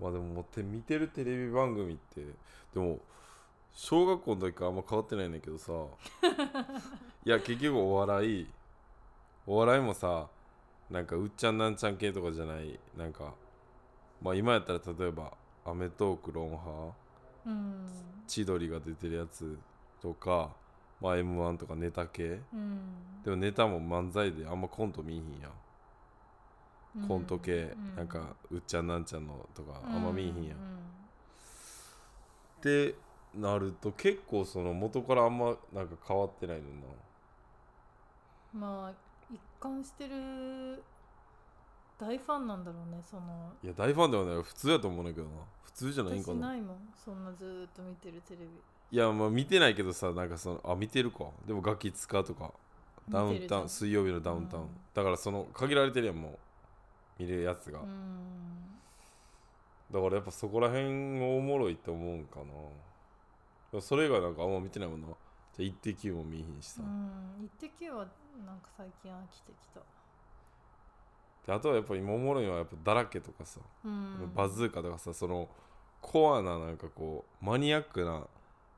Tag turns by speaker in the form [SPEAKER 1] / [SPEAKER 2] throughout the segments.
[SPEAKER 1] まあでももうて見てるテレビ番組ってでも小学校の時からあんま変わってないんだけ どさいや結局お笑いお笑いもさなんかうっちゃんなんちゃん系とかじゃないなんかまあ今やったら例えば『アメトーーク』『ロンハ
[SPEAKER 2] うん
[SPEAKER 1] ー』千鳥が出てるやつとか、まあ、m 1とかネタ系
[SPEAKER 2] うん
[SPEAKER 1] でもネタも漫才であんまコント見えへんやん
[SPEAKER 2] うん
[SPEAKER 1] コント系、
[SPEAKER 2] う
[SPEAKER 1] なんかうっちゃんなんちゃんのとかあんま見えへんやん、
[SPEAKER 2] う
[SPEAKER 1] ってなると結構その元からあんまなんか変わってないのにな
[SPEAKER 2] うんまあ一貫してる大ファンなんだろうねその
[SPEAKER 1] いや大ファンではない普通やと思うねんだけどな普通じゃないん
[SPEAKER 2] 私
[SPEAKER 1] かな
[SPEAKER 2] ないもんそんなずーっと見てるテレビ
[SPEAKER 1] いやまあ見てないけどさなんかそのあ見てるかでもガキ使うとかダウ
[SPEAKER 2] 見て
[SPEAKER 1] ン
[SPEAKER 2] る
[SPEAKER 1] タ
[SPEAKER 2] じゃ
[SPEAKER 1] ウン
[SPEAKER 2] ん
[SPEAKER 1] 水曜日のダウンタウン、
[SPEAKER 2] うん
[SPEAKER 1] だからその限られてるやんもう見れるやつが、
[SPEAKER 2] うん
[SPEAKER 1] だからやっぱそこら辺もおもろいって思うんかなでもそれ以外なんかあんま見てないもんなじゃあ「イッテ Q!」も見えへんしさ、
[SPEAKER 2] うん「イッはなんか最近飽きてきた
[SPEAKER 1] であとはやっぱ今おもろいのはやっぱだらけとかさ
[SPEAKER 2] うん
[SPEAKER 1] バズーカとかさそのコアななんかこうマニアックな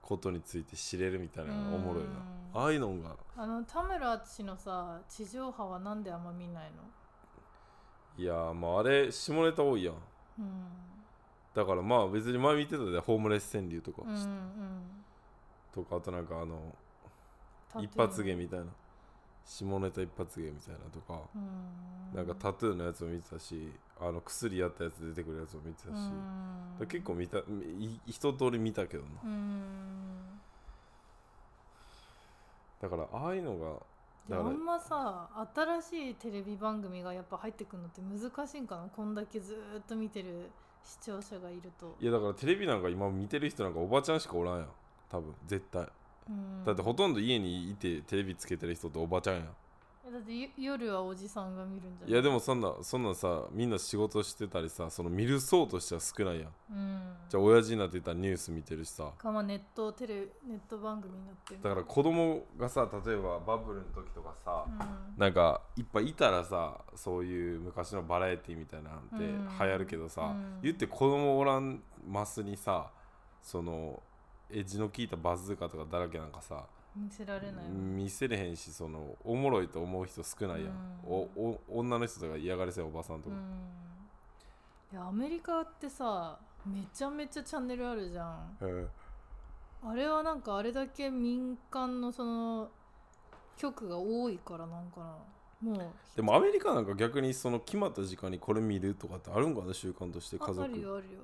[SPEAKER 1] ことについて知れるみたいなのがおもろいな
[SPEAKER 2] うん
[SPEAKER 1] ああいうのが
[SPEAKER 2] あの田村淳のさ地上波はなんであんま見ないの
[SPEAKER 1] いやーまああれ下ネタ多いやん
[SPEAKER 2] うん
[SPEAKER 1] だからまあ別に前見てたでホームレス川柳とか、
[SPEAKER 2] うんうん
[SPEAKER 1] とかあとなんかあの
[SPEAKER 2] タトゥー
[SPEAKER 1] 一発芸みたいな下ネタ一発芸みたいなとか、
[SPEAKER 2] うん
[SPEAKER 1] なんかタトゥーのやつも見てたしあの薬やったやつ出てくるやつも見てたし、だか
[SPEAKER 2] うん
[SPEAKER 1] ら結構見たみ一通り見たけどな
[SPEAKER 2] うん
[SPEAKER 1] だからああいうのが
[SPEAKER 2] い
[SPEAKER 1] だ
[SPEAKER 2] やあ
[SPEAKER 1] から
[SPEAKER 2] んまさ新しいテレビ番組がやっぱ入ってくるのって難しいんかなこんだけずーっと見てる視聴者がいると
[SPEAKER 1] いやだからテレビなんか今見てる人なんかおばちゃんしかおらんやん多分絶対
[SPEAKER 2] うん
[SPEAKER 1] だってほとんど家にいてテレビつけてる人っておばちゃんやん
[SPEAKER 2] だってゆ夜はおじさんが見るんじゃない
[SPEAKER 1] いやでもそんなそんなんさみんな仕事してたりさその見る層としては少ないやん
[SPEAKER 2] うん
[SPEAKER 1] じゃあ親父になってたらニュース見てるしさ
[SPEAKER 2] かまあネットテレネット番組になってる
[SPEAKER 1] だから子供がさ例えばバブルの時とかさ、
[SPEAKER 2] うん
[SPEAKER 1] なんかいっぱいいたらさそういう昔のバラエティみたいなんて
[SPEAKER 2] うん
[SPEAKER 1] 流行るけどさ、
[SPEAKER 2] うん
[SPEAKER 1] 言って子供おらんマスにさそのエッジの効いたバズーカとかだらけなんかさ
[SPEAKER 2] 見せられないわ
[SPEAKER 1] 見せれへんしそのおもろいと思う人少ないやん、
[SPEAKER 2] うん
[SPEAKER 1] おお女の人とか嫌がりせんおばさんと
[SPEAKER 2] う
[SPEAKER 1] か、
[SPEAKER 2] んいやアメリカってさめちゃめちゃチャンネルあるじゃん
[SPEAKER 1] うん
[SPEAKER 2] あれはなんかあれだけ民間のその曲が多いからなんかなもう
[SPEAKER 1] でもアメリカなんか逆にその決まった時間にこれ見るとかってあるんかな習慣として
[SPEAKER 2] あ
[SPEAKER 1] 家族
[SPEAKER 2] あるよあるよ、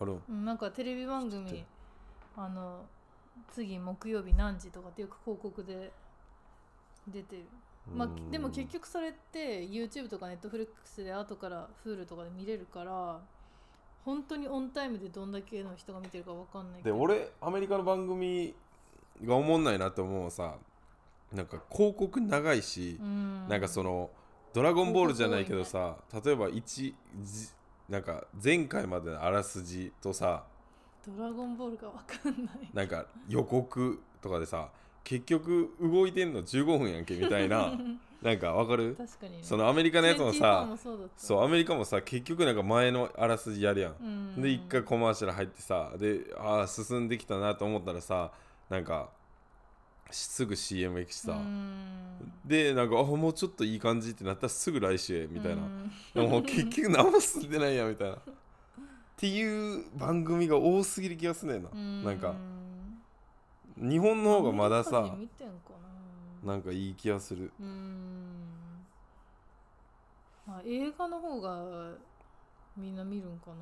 [SPEAKER 1] あるん
[SPEAKER 2] うん、なんかテレビ番
[SPEAKER 1] ちょっ
[SPEAKER 2] 組あの次木曜日何時とかってよく広告で出てるま
[SPEAKER 1] う
[SPEAKER 2] あ、
[SPEAKER 1] ん
[SPEAKER 2] でも結局それって YouTube とか Netflix で後から Hulu とかで見れるから本当にオンタイムでどんだけの人が見てるかわかんないけ
[SPEAKER 1] で
[SPEAKER 2] ど
[SPEAKER 1] 俺アメリカの番組がおもんないなって思うのはさなんか広告長いし、
[SPEAKER 2] うん、
[SPEAKER 1] なんかその「ドラゴンボール」じゃないけどさ、例えば1じなんか前回までのあらすじとさ
[SPEAKER 2] ドラゴンボールがわかんない
[SPEAKER 1] なんか予告とかでさ結局動いてんの15分やんけみたい ななんかわかる
[SPEAKER 2] 確かに、ね、
[SPEAKER 1] そのアメリカのやつも
[SPEAKER 2] 24
[SPEAKER 1] さ
[SPEAKER 2] もそうだった
[SPEAKER 1] そうアメリカもさ結局なんか前のあらすじやるやん
[SPEAKER 2] う、ん、
[SPEAKER 1] で一回コマーシャル入ってさでああ進んできたなと思ったらさなんかすぐ CM 行くしさ、
[SPEAKER 2] うん
[SPEAKER 1] でなんかあもうちょっといい感じってなったらすぐ来週へみたいな、
[SPEAKER 2] うん
[SPEAKER 1] でももう結局何も進んでないやみたいなっていう番組が多すぎる気がすんねんな、
[SPEAKER 2] うん
[SPEAKER 1] なんか日本の方がまだ
[SPEAKER 2] アメリカ
[SPEAKER 1] さ
[SPEAKER 2] 人見てんかな
[SPEAKER 1] なんかいい気がする
[SPEAKER 2] うん、まあ、映画の方がみんな見るんか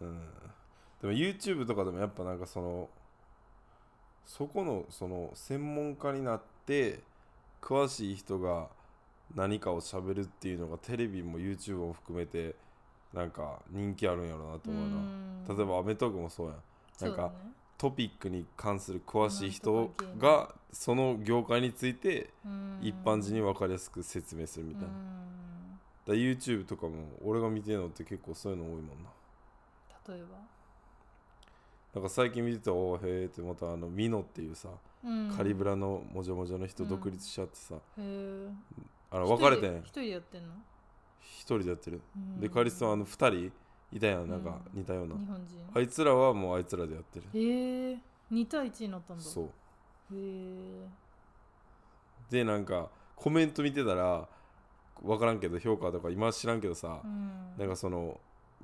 [SPEAKER 2] な
[SPEAKER 1] うんでも YouTube とかでもやっぱなんかそのそこのその専門家になって詳しい人が何かを喋るっていうのがテレビも YouTube も含めてなんか人気あるんやろうなと思うな
[SPEAKER 2] うん
[SPEAKER 1] 例えば『アメトーク』もそうやん
[SPEAKER 2] そう
[SPEAKER 1] なん
[SPEAKER 2] だ
[SPEAKER 1] か
[SPEAKER 2] ね
[SPEAKER 1] トピックに関する詳しい
[SPEAKER 2] な
[SPEAKER 1] 人
[SPEAKER 2] んとか芸能
[SPEAKER 1] がその業界について
[SPEAKER 2] うん
[SPEAKER 1] 一般人に分かりやすく説明するみたいな
[SPEAKER 2] う
[SPEAKER 1] だから
[SPEAKER 2] ん
[SPEAKER 1] YouTube とかも俺が見てるのって結構そういうの多いもんな
[SPEAKER 2] 例え
[SPEAKER 1] なんか最近見てたおーへーってまたあのミノっていうさ、
[SPEAKER 2] ば、うん
[SPEAKER 1] カリブラのもじゃもじゃの人
[SPEAKER 2] うん
[SPEAKER 1] 独立しちゃってさ、
[SPEAKER 2] へえ
[SPEAKER 1] あの別れて
[SPEAKER 2] 一人で
[SPEAKER 1] ん
[SPEAKER 2] 一人でやってんの、
[SPEAKER 1] 一人でやってる、
[SPEAKER 2] うん
[SPEAKER 1] でカリスはあの二人いたやんなんか
[SPEAKER 2] うん
[SPEAKER 1] 似たような、
[SPEAKER 2] 日本人、
[SPEAKER 1] あいつらはもうあいつらでやってる
[SPEAKER 2] へえ2対1になったんだ
[SPEAKER 1] そう
[SPEAKER 2] へえ
[SPEAKER 1] でなんかコメント見てたら分からんけど評価とか今知らんけどさ、
[SPEAKER 2] うん
[SPEAKER 1] なんかその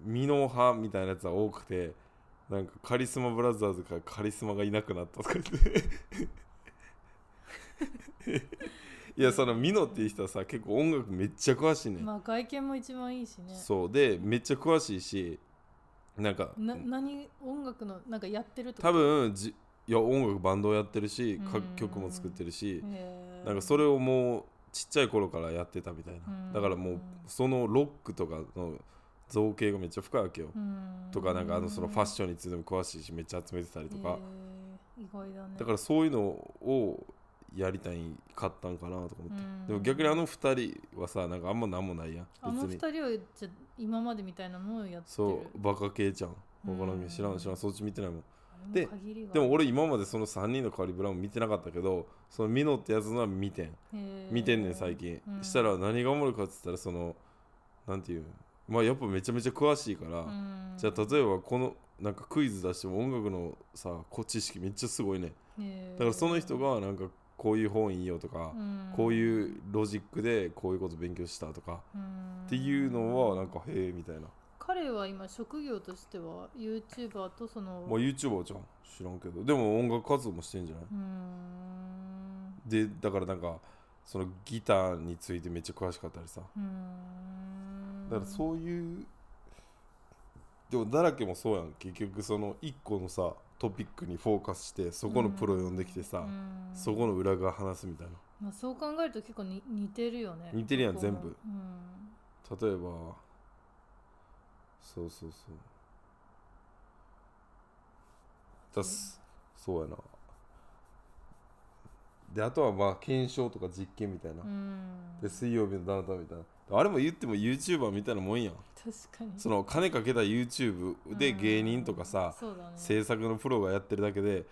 [SPEAKER 1] ミノ派みたいなやつが多くてなんかカリスマブラザーズからカリスマがいなくなったとか言って いやそのミノっていう人はさ結構音楽めっちゃ詳しいねん、
[SPEAKER 2] まあ外見も一番いいしね
[SPEAKER 1] そうでめっちゃ詳しいしなんか
[SPEAKER 2] な何音楽のなんかやってるとか
[SPEAKER 1] 多分じいや音楽バンドをやってるし
[SPEAKER 2] うん
[SPEAKER 1] 各曲も作ってるし、
[SPEAKER 2] へえ
[SPEAKER 1] なんかそれをもうちっちゃい頃からやってたみたいな、
[SPEAKER 2] うん
[SPEAKER 1] だからもうそのロックとかの造形がめっちゃ深いわけよ、
[SPEAKER 2] うん
[SPEAKER 1] とかなんかあのそのファッションについても詳しいしめっちゃ集めてたりとか、
[SPEAKER 2] へえ意外だね
[SPEAKER 1] だからそういうのをやりたいかったんかなとか思って、
[SPEAKER 2] うん
[SPEAKER 1] でも逆にあの2人はさなんかあんまなんもないや
[SPEAKER 2] あ
[SPEAKER 1] ん
[SPEAKER 2] の
[SPEAKER 1] 別
[SPEAKER 2] 二
[SPEAKER 1] に
[SPEAKER 2] 人はじゃ今までみたいなのをやってる
[SPEAKER 1] そうバカ系じゃん分からんけ
[SPEAKER 2] うん
[SPEAKER 1] ど知らん知らんそっち見てないもん
[SPEAKER 2] あれ
[SPEAKER 1] で
[SPEAKER 2] も限りが
[SPEAKER 1] でも俺今までその3人のカリブラも見てなかったけどそのミノってやつのは見てん
[SPEAKER 2] へえ
[SPEAKER 1] 見てんねん最近、
[SPEAKER 2] うん
[SPEAKER 1] したら何がおもろいかって言ったらそのなんていうんまあやっぱめちゃめちゃ詳しいから、
[SPEAKER 2] うん
[SPEAKER 1] じゃあ例えばこのなんかクイズ出しても音楽のさこ知識めっちゃすごいね
[SPEAKER 2] へえ
[SPEAKER 1] だからその人がなんかこういう本いいよとか、
[SPEAKER 2] ん
[SPEAKER 1] こういうロジックでこういうこと勉強したとか、
[SPEAKER 2] うん
[SPEAKER 1] っていうのはなんかへえみたいな、
[SPEAKER 2] 彼は今職業としては YouTuber とその
[SPEAKER 1] まあ YouTuber じゃん知らんけどでも音楽活動もしてんじゃない、
[SPEAKER 2] うーん
[SPEAKER 1] でだからなんかそのギターについてめっちゃ詳しかったりさ
[SPEAKER 2] うーん
[SPEAKER 1] だからそういうでもだらけもそうやん結局その1個のさトピックにフォーカスしてそこのプロ呼んできてさ、
[SPEAKER 2] うん
[SPEAKER 1] そこの裏側話すみたいな
[SPEAKER 2] まあ、そう考えると結構に似てるよね
[SPEAKER 1] 似てるやん
[SPEAKER 2] どこも
[SPEAKER 1] 全部
[SPEAKER 2] うん
[SPEAKER 1] 例えばそうそうそうだすそうやなであとはまあ検証とか実験みたいな、
[SPEAKER 2] うん
[SPEAKER 1] で水曜日のダウンタウンみたいなあれも言っても YouTuber みたいなもんやん
[SPEAKER 2] 確かに
[SPEAKER 1] その金かけた YouTube で芸人とかさ、
[SPEAKER 2] うんそうだね
[SPEAKER 1] 制作のプロがやってるだけで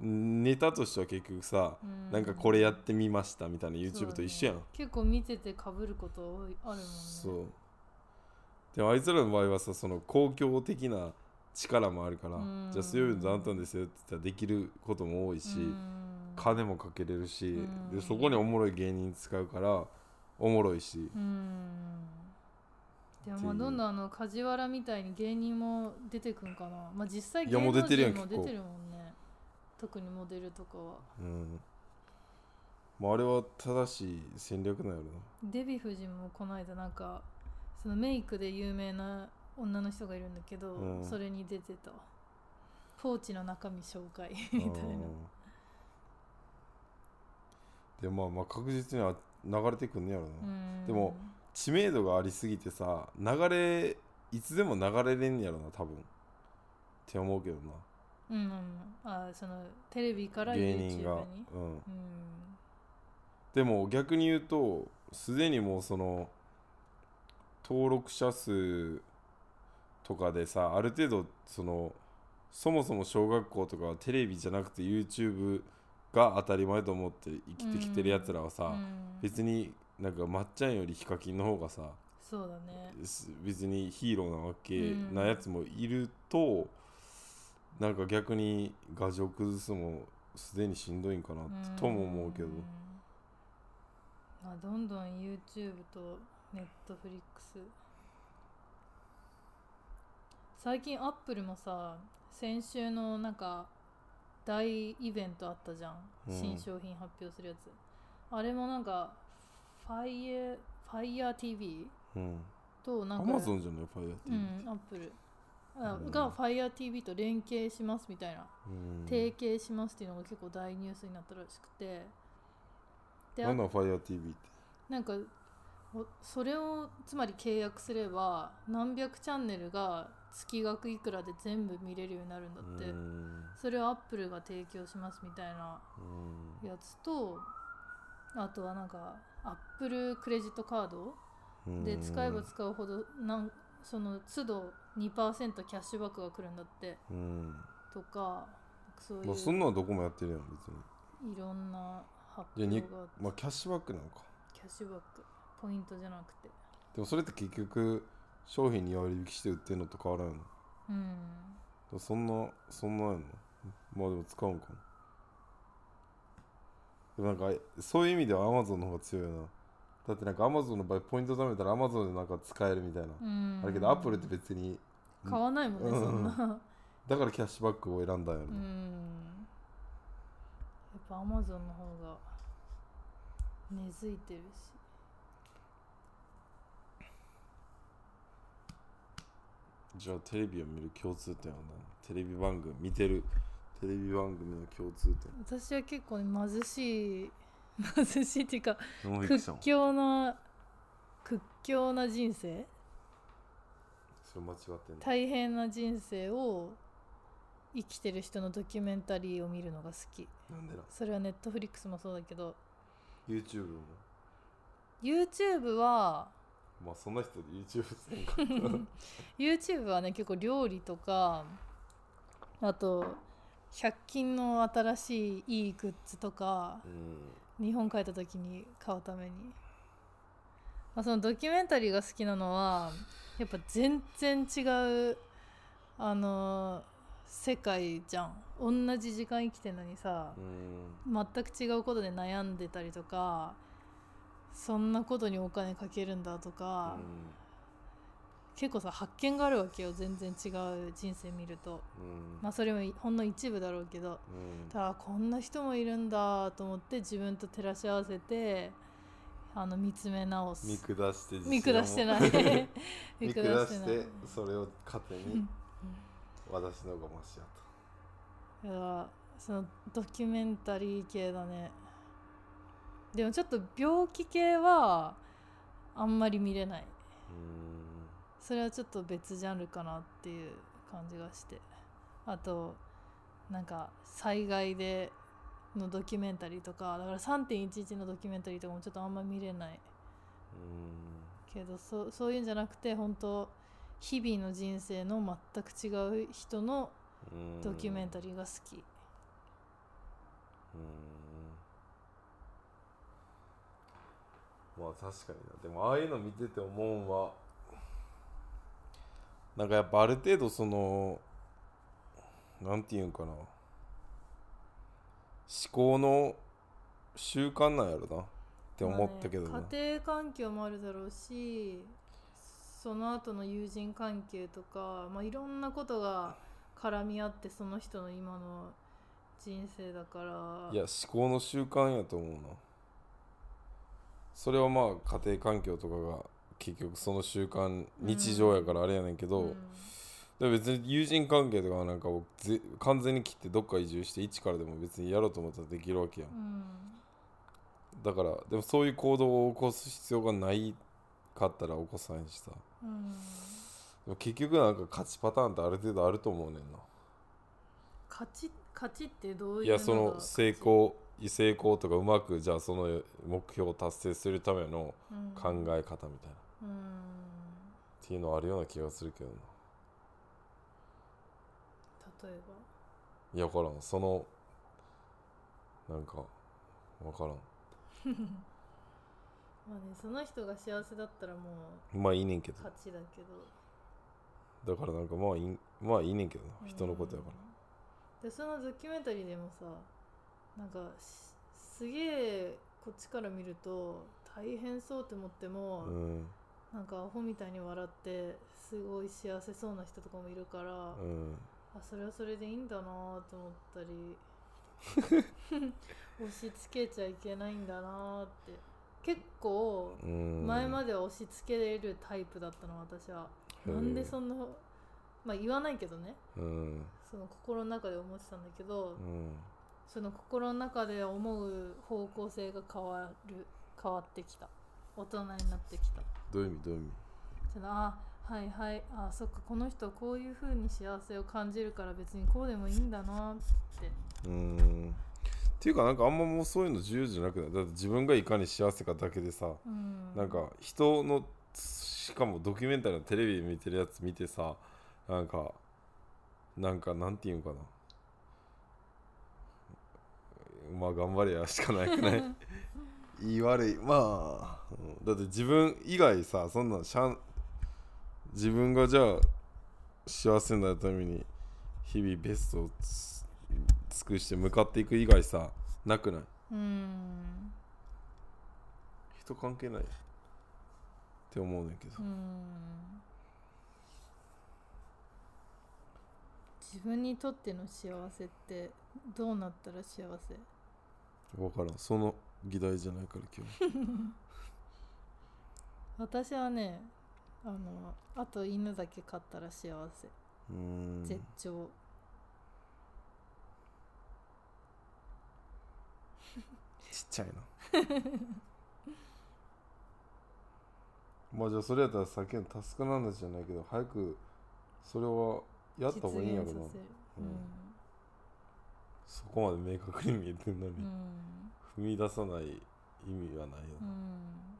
[SPEAKER 1] ネタとしては結局さ、
[SPEAKER 2] うん
[SPEAKER 1] なんかこれやってみましたみたいな
[SPEAKER 2] そう
[SPEAKER 1] YouTube
[SPEAKER 2] だね
[SPEAKER 1] と一緒やん
[SPEAKER 2] 結構見ててかぶること多いあるもんね
[SPEAKER 1] そうでもあいつらの場合はさその公共的な力もあるから、
[SPEAKER 2] うん
[SPEAKER 1] じゃあ水曜日のダウンタウンですよって言ったらできることも多いし、
[SPEAKER 2] うん
[SPEAKER 1] 金もかけれるし、
[SPEAKER 2] うん
[SPEAKER 1] でそこにおもろい芸人使うからおもろいし、
[SPEAKER 2] うんでも
[SPEAKER 1] ってい
[SPEAKER 2] まあ
[SPEAKER 1] う
[SPEAKER 2] どんどんあの梶原みたいに芸人も出てくんかなまあ実際
[SPEAKER 1] い
[SPEAKER 2] 芸
[SPEAKER 1] や
[SPEAKER 2] 能
[SPEAKER 1] もう出
[SPEAKER 2] 人も
[SPEAKER 1] て
[SPEAKER 2] 出
[SPEAKER 1] る
[SPEAKER 2] て
[SPEAKER 1] やん
[SPEAKER 2] るもん
[SPEAKER 1] 結構
[SPEAKER 2] ね特にモデルとかは
[SPEAKER 1] うんまあ、あれは正しい戦略なんやろな
[SPEAKER 2] デヴィ夫人もこの間なんかそのメイクで有名な女の人がいるんだけど、
[SPEAKER 1] うん
[SPEAKER 2] それに出てたポーチの中身紹介 みたいな
[SPEAKER 1] うんでまあまあ確実には流れてくんねやろ
[SPEAKER 2] う
[SPEAKER 1] な、
[SPEAKER 2] ん
[SPEAKER 1] でも知名度がありすぎてさ流れいつでも流れれんやろな多分って思うけど
[SPEAKER 2] うんうんあそのテレビか
[SPEAKER 1] な
[SPEAKER 2] ら YouTube
[SPEAKER 1] 芸
[SPEAKER 2] に
[SPEAKER 1] 人が、うん、
[SPEAKER 2] うん
[SPEAKER 1] でも逆に言うとすでにもうその登録者数とかでさある程度そのそもそも小学校とかはテレビじゃなくて YouTube が当たり前と思って生きてきてるやつらはさ、
[SPEAKER 2] うん
[SPEAKER 1] 別になんかまっちゃんよりヒカキンの方がさ
[SPEAKER 2] そうだね
[SPEAKER 1] す別にヒーローなわけ
[SPEAKER 2] うん
[SPEAKER 1] なやつもいると、なんか逆に画像崩すのもすでにしんどいんかなって、とも思うけど
[SPEAKER 2] んまあどんどん YouTube と Netflix 最近アップルもさ先週のなんか大イベントあったじゃん、
[SPEAKER 1] うん
[SPEAKER 2] 新商品発表するやつあれもなんか Fire FireTV
[SPEAKER 1] うん
[SPEAKER 2] となん
[SPEAKER 1] ア
[SPEAKER 2] か
[SPEAKER 1] マゾンじゃないファイヤーティ
[SPEAKER 2] う
[SPEAKER 1] ー
[SPEAKER 2] んアップルあ
[SPEAKER 1] うん
[SPEAKER 2] が FireTV と連携しますみたいな
[SPEAKER 1] うん
[SPEAKER 2] 提携しますっていうのが結構大ニュースになったらしくてであ
[SPEAKER 1] なんなんファイヤー TV って
[SPEAKER 2] なんかおそれをつまり契約すれば何百チャンネルが月額いくらで全部見れるようになるんだって、
[SPEAKER 1] うん
[SPEAKER 2] それをアップルが提供しますみたいな
[SPEAKER 1] うん
[SPEAKER 2] やつとあとはなんかアップルクレジットカード
[SPEAKER 1] うん
[SPEAKER 2] で使えば使うほどなんその都度2%キャッシュバックが来るんだって
[SPEAKER 1] うん
[SPEAKER 2] とかそういう
[SPEAKER 1] まあそんなんどこもやってるやん別に
[SPEAKER 2] いろんな発
[SPEAKER 1] じゃあ
[SPEAKER 2] 表
[SPEAKER 1] に
[SPEAKER 2] があって
[SPEAKER 1] まあキャッシュバックなのか
[SPEAKER 2] キャッシュバックポイントじゃなくて
[SPEAKER 1] でもそれって結局商品に割引して売ってるのと変わらんのだか
[SPEAKER 2] うん
[SPEAKER 1] らそんなそんなんやんのまあでも使うんかなでもなんかそういう意味では Amazon の方が強いよなだってなんか Amazon の場合ポイント貯めたら Amazon でなんか使えるみたいな、
[SPEAKER 2] うん
[SPEAKER 1] あれけど Apple って別に
[SPEAKER 2] 買わないもんね、
[SPEAKER 1] うん
[SPEAKER 2] そんな
[SPEAKER 1] だからキャッシュバックを選んだんやろな、
[SPEAKER 2] うんやっぱ Amazon の方が根付いてるし
[SPEAKER 1] じゃあテレビを見る共通点は何テレビ番組見てるテレビ番組の共通点
[SPEAKER 2] 私は結構ね貧しい貧しいっていうか
[SPEAKER 1] ノンフィクショ
[SPEAKER 2] 屈
[SPEAKER 1] ン
[SPEAKER 2] 強な屈強な人生
[SPEAKER 1] それ間違ってんの
[SPEAKER 2] 大変な人生を生きてる人のドキュメンタリーを見るのが好き
[SPEAKER 1] なんでな
[SPEAKER 2] それはネットフリックスもそうだけど
[SPEAKER 1] YouTube も
[SPEAKER 2] YouTube は
[SPEAKER 1] まあそんな人で YouTube するんか
[SPEAKER 2] YouTube はね結構料理とかあと100均の新しいいいグッズとか
[SPEAKER 1] うん
[SPEAKER 2] 日本帰った時に買うために、まあ、そのドキュメンタリーが好きなのはやっぱ全然違うあの世界じゃん同じ時間生きてんのにさ、
[SPEAKER 1] うん
[SPEAKER 2] 全く違うことで悩んでたりとかそんなことにお金かけるんだとか、結構さ発見があるわけよ全然違う人生見ると
[SPEAKER 1] うん
[SPEAKER 2] まあそれもほんの一部だろうけど
[SPEAKER 1] うん
[SPEAKER 2] ただこんな人もいるんだと思って自分と照らし合わせてあの見つめ直す
[SPEAKER 1] 見下して
[SPEAKER 2] 見下してない
[SPEAKER 1] 見
[SPEAKER 2] 見
[SPEAKER 1] 下
[SPEAKER 2] 下
[SPEAKER 1] し
[SPEAKER 2] してて
[SPEAKER 1] それを糧
[SPEAKER 2] う
[SPEAKER 1] に
[SPEAKER 2] ん
[SPEAKER 1] 私のがましや
[SPEAKER 2] いやそのドキュメンタリー系だねでもちょっと病気系はあんまり見れない
[SPEAKER 1] とうん
[SPEAKER 2] それはちょっと別ジャンルかなっていう感じがしてあとなんか災害でのドキュメンタリーとかだから3.11のドキュメンタリーとかもちょっとあんま見れない
[SPEAKER 1] うん
[SPEAKER 2] けどそうそういうんじゃなくて本当日々の人生の全く違う人の
[SPEAKER 1] うん
[SPEAKER 2] ドキュメンタリーが好き、
[SPEAKER 1] うんまあ確かになでもああいうの見てて思うんはなんかやっぱある程度そのなんていうんかな思考の習慣なんやろなって思ったけど
[SPEAKER 2] ま
[SPEAKER 1] な
[SPEAKER 2] あね、家庭環境もあるだろうしその後の友人関係とか、まあ、いろんなことが絡み合ってその人の今の人生だから
[SPEAKER 1] いや思考の習慣やと思うなそれはまあ家庭環境とかが結局その習慣日常やからあれやねんけど、
[SPEAKER 2] うん
[SPEAKER 1] で別に友人関係とかはなんか僕ぜ完全に切ってどっか移住して一からでも別にやろうと思ったらできるわけやん
[SPEAKER 2] うん
[SPEAKER 1] だからでもそういう行動を起こす必要がないかったら起こさないしさ
[SPEAKER 2] うん
[SPEAKER 1] でも結局なんか勝ちパターンってある程度あると思うねんな
[SPEAKER 2] 勝ち勝ちってどういう
[SPEAKER 1] いやそ
[SPEAKER 2] が
[SPEAKER 1] の成功成功とかうまくじゃあその目標を達成するための考
[SPEAKER 2] うん
[SPEAKER 1] え方みたいな
[SPEAKER 2] う
[SPEAKER 1] っ
[SPEAKER 2] ん
[SPEAKER 1] ていうのあるような気がするけどな
[SPEAKER 2] 例え
[SPEAKER 1] いや分からんそのなんか分からん
[SPEAKER 2] ばまあねその人が幸せだったらも
[SPEAKER 1] まあいいねんけ
[SPEAKER 2] う
[SPEAKER 1] ど
[SPEAKER 2] 勝ちだけど
[SPEAKER 1] だからなんかまあいいまあいいねんけどな人のことやから
[SPEAKER 2] うんでそのドキュメンタリーでもさなんかしすげえこっちから見ると大変そうって思っても、
[SPEAKER 1] うん
[SPEAKER 2] なんかアホみたいに笑ってすごい幸せそうな人とかもいるから、
[SPEAKER 1] うん
[SPEAKER 2] あそれはそれでいいんだなと思ったり 押し付けちゃいけないんだなって結構
[SPEAKER 1] うん
[SPEAKER 2] 前までは押し付けるタイプだったの私は、
[SPEAKER 1] へえ
[SPEAKER 2] なんでそんなまあ言わないけどね
[SPEAKER 1] うん
[SPEAKER 2] その心の中で思ってたんだけど、
[SPEAKER 1] うん
[SPEAKER 2] その心の中で思う方向性が変わる変わってきた大人になってきた
[SPEAKER 1] どういう意味どういう意味
[SPEAKER 2] そのあはいはいあそっかこの人はこういう風に幸せを感じるから別にこうでもいいんだなって
[SPEAKER 1] うんっていうかなんかあんまもうそういうの重要じゃなくないだって自分がいかに幸せかだけでさ
[SPEAKER 2] うん
[SPEAKER 1] なんか人のしかもドキュメンタリーのテレビで見てるやつ見てさなんかなんかなんていうんかなまあ頑張れやしかないくない 言い悪いまあ、うんだって自分以外さそんなんしゃん自分がじゃあ幸せになるために日々ベストをつ尽くして向かっていく以外さなくない
[SPEAKER 2] うん
[SPEAKER 1] 人関係ないって思うねんけど
[SPEAKER 2] うん自分にとっての幸せってどうなったら幸せ
[SPEAKER 1] 分からんその議題じゃないから今 日
[SPEAKER 2] 私はねあのあと犬だけ飼ったら幸せ
[SPEAKER 1] うーん
[SPEAKER 2] 絶頂
[SPEAKER 1] ちっちゃいな まあじゃあそれやったらさっきのタスクなんだじゃないけど早くそれはやった
[SPEAKER 2] 実
[SPEAKER 1] 方がいいんや
[SPEAKER 2] 現
[SPEAKER 1] け
[SPEAKER 2] さ
[SPEAKER 1] ど
[SPEAKER 2] せる
[SPEAKER 1] そこまで明確に見えてんのに
[SPEAKER 2] うん
[SPEAKER 1] 踏み出さない意味はないよ
[SPEAKER 2] うん、うん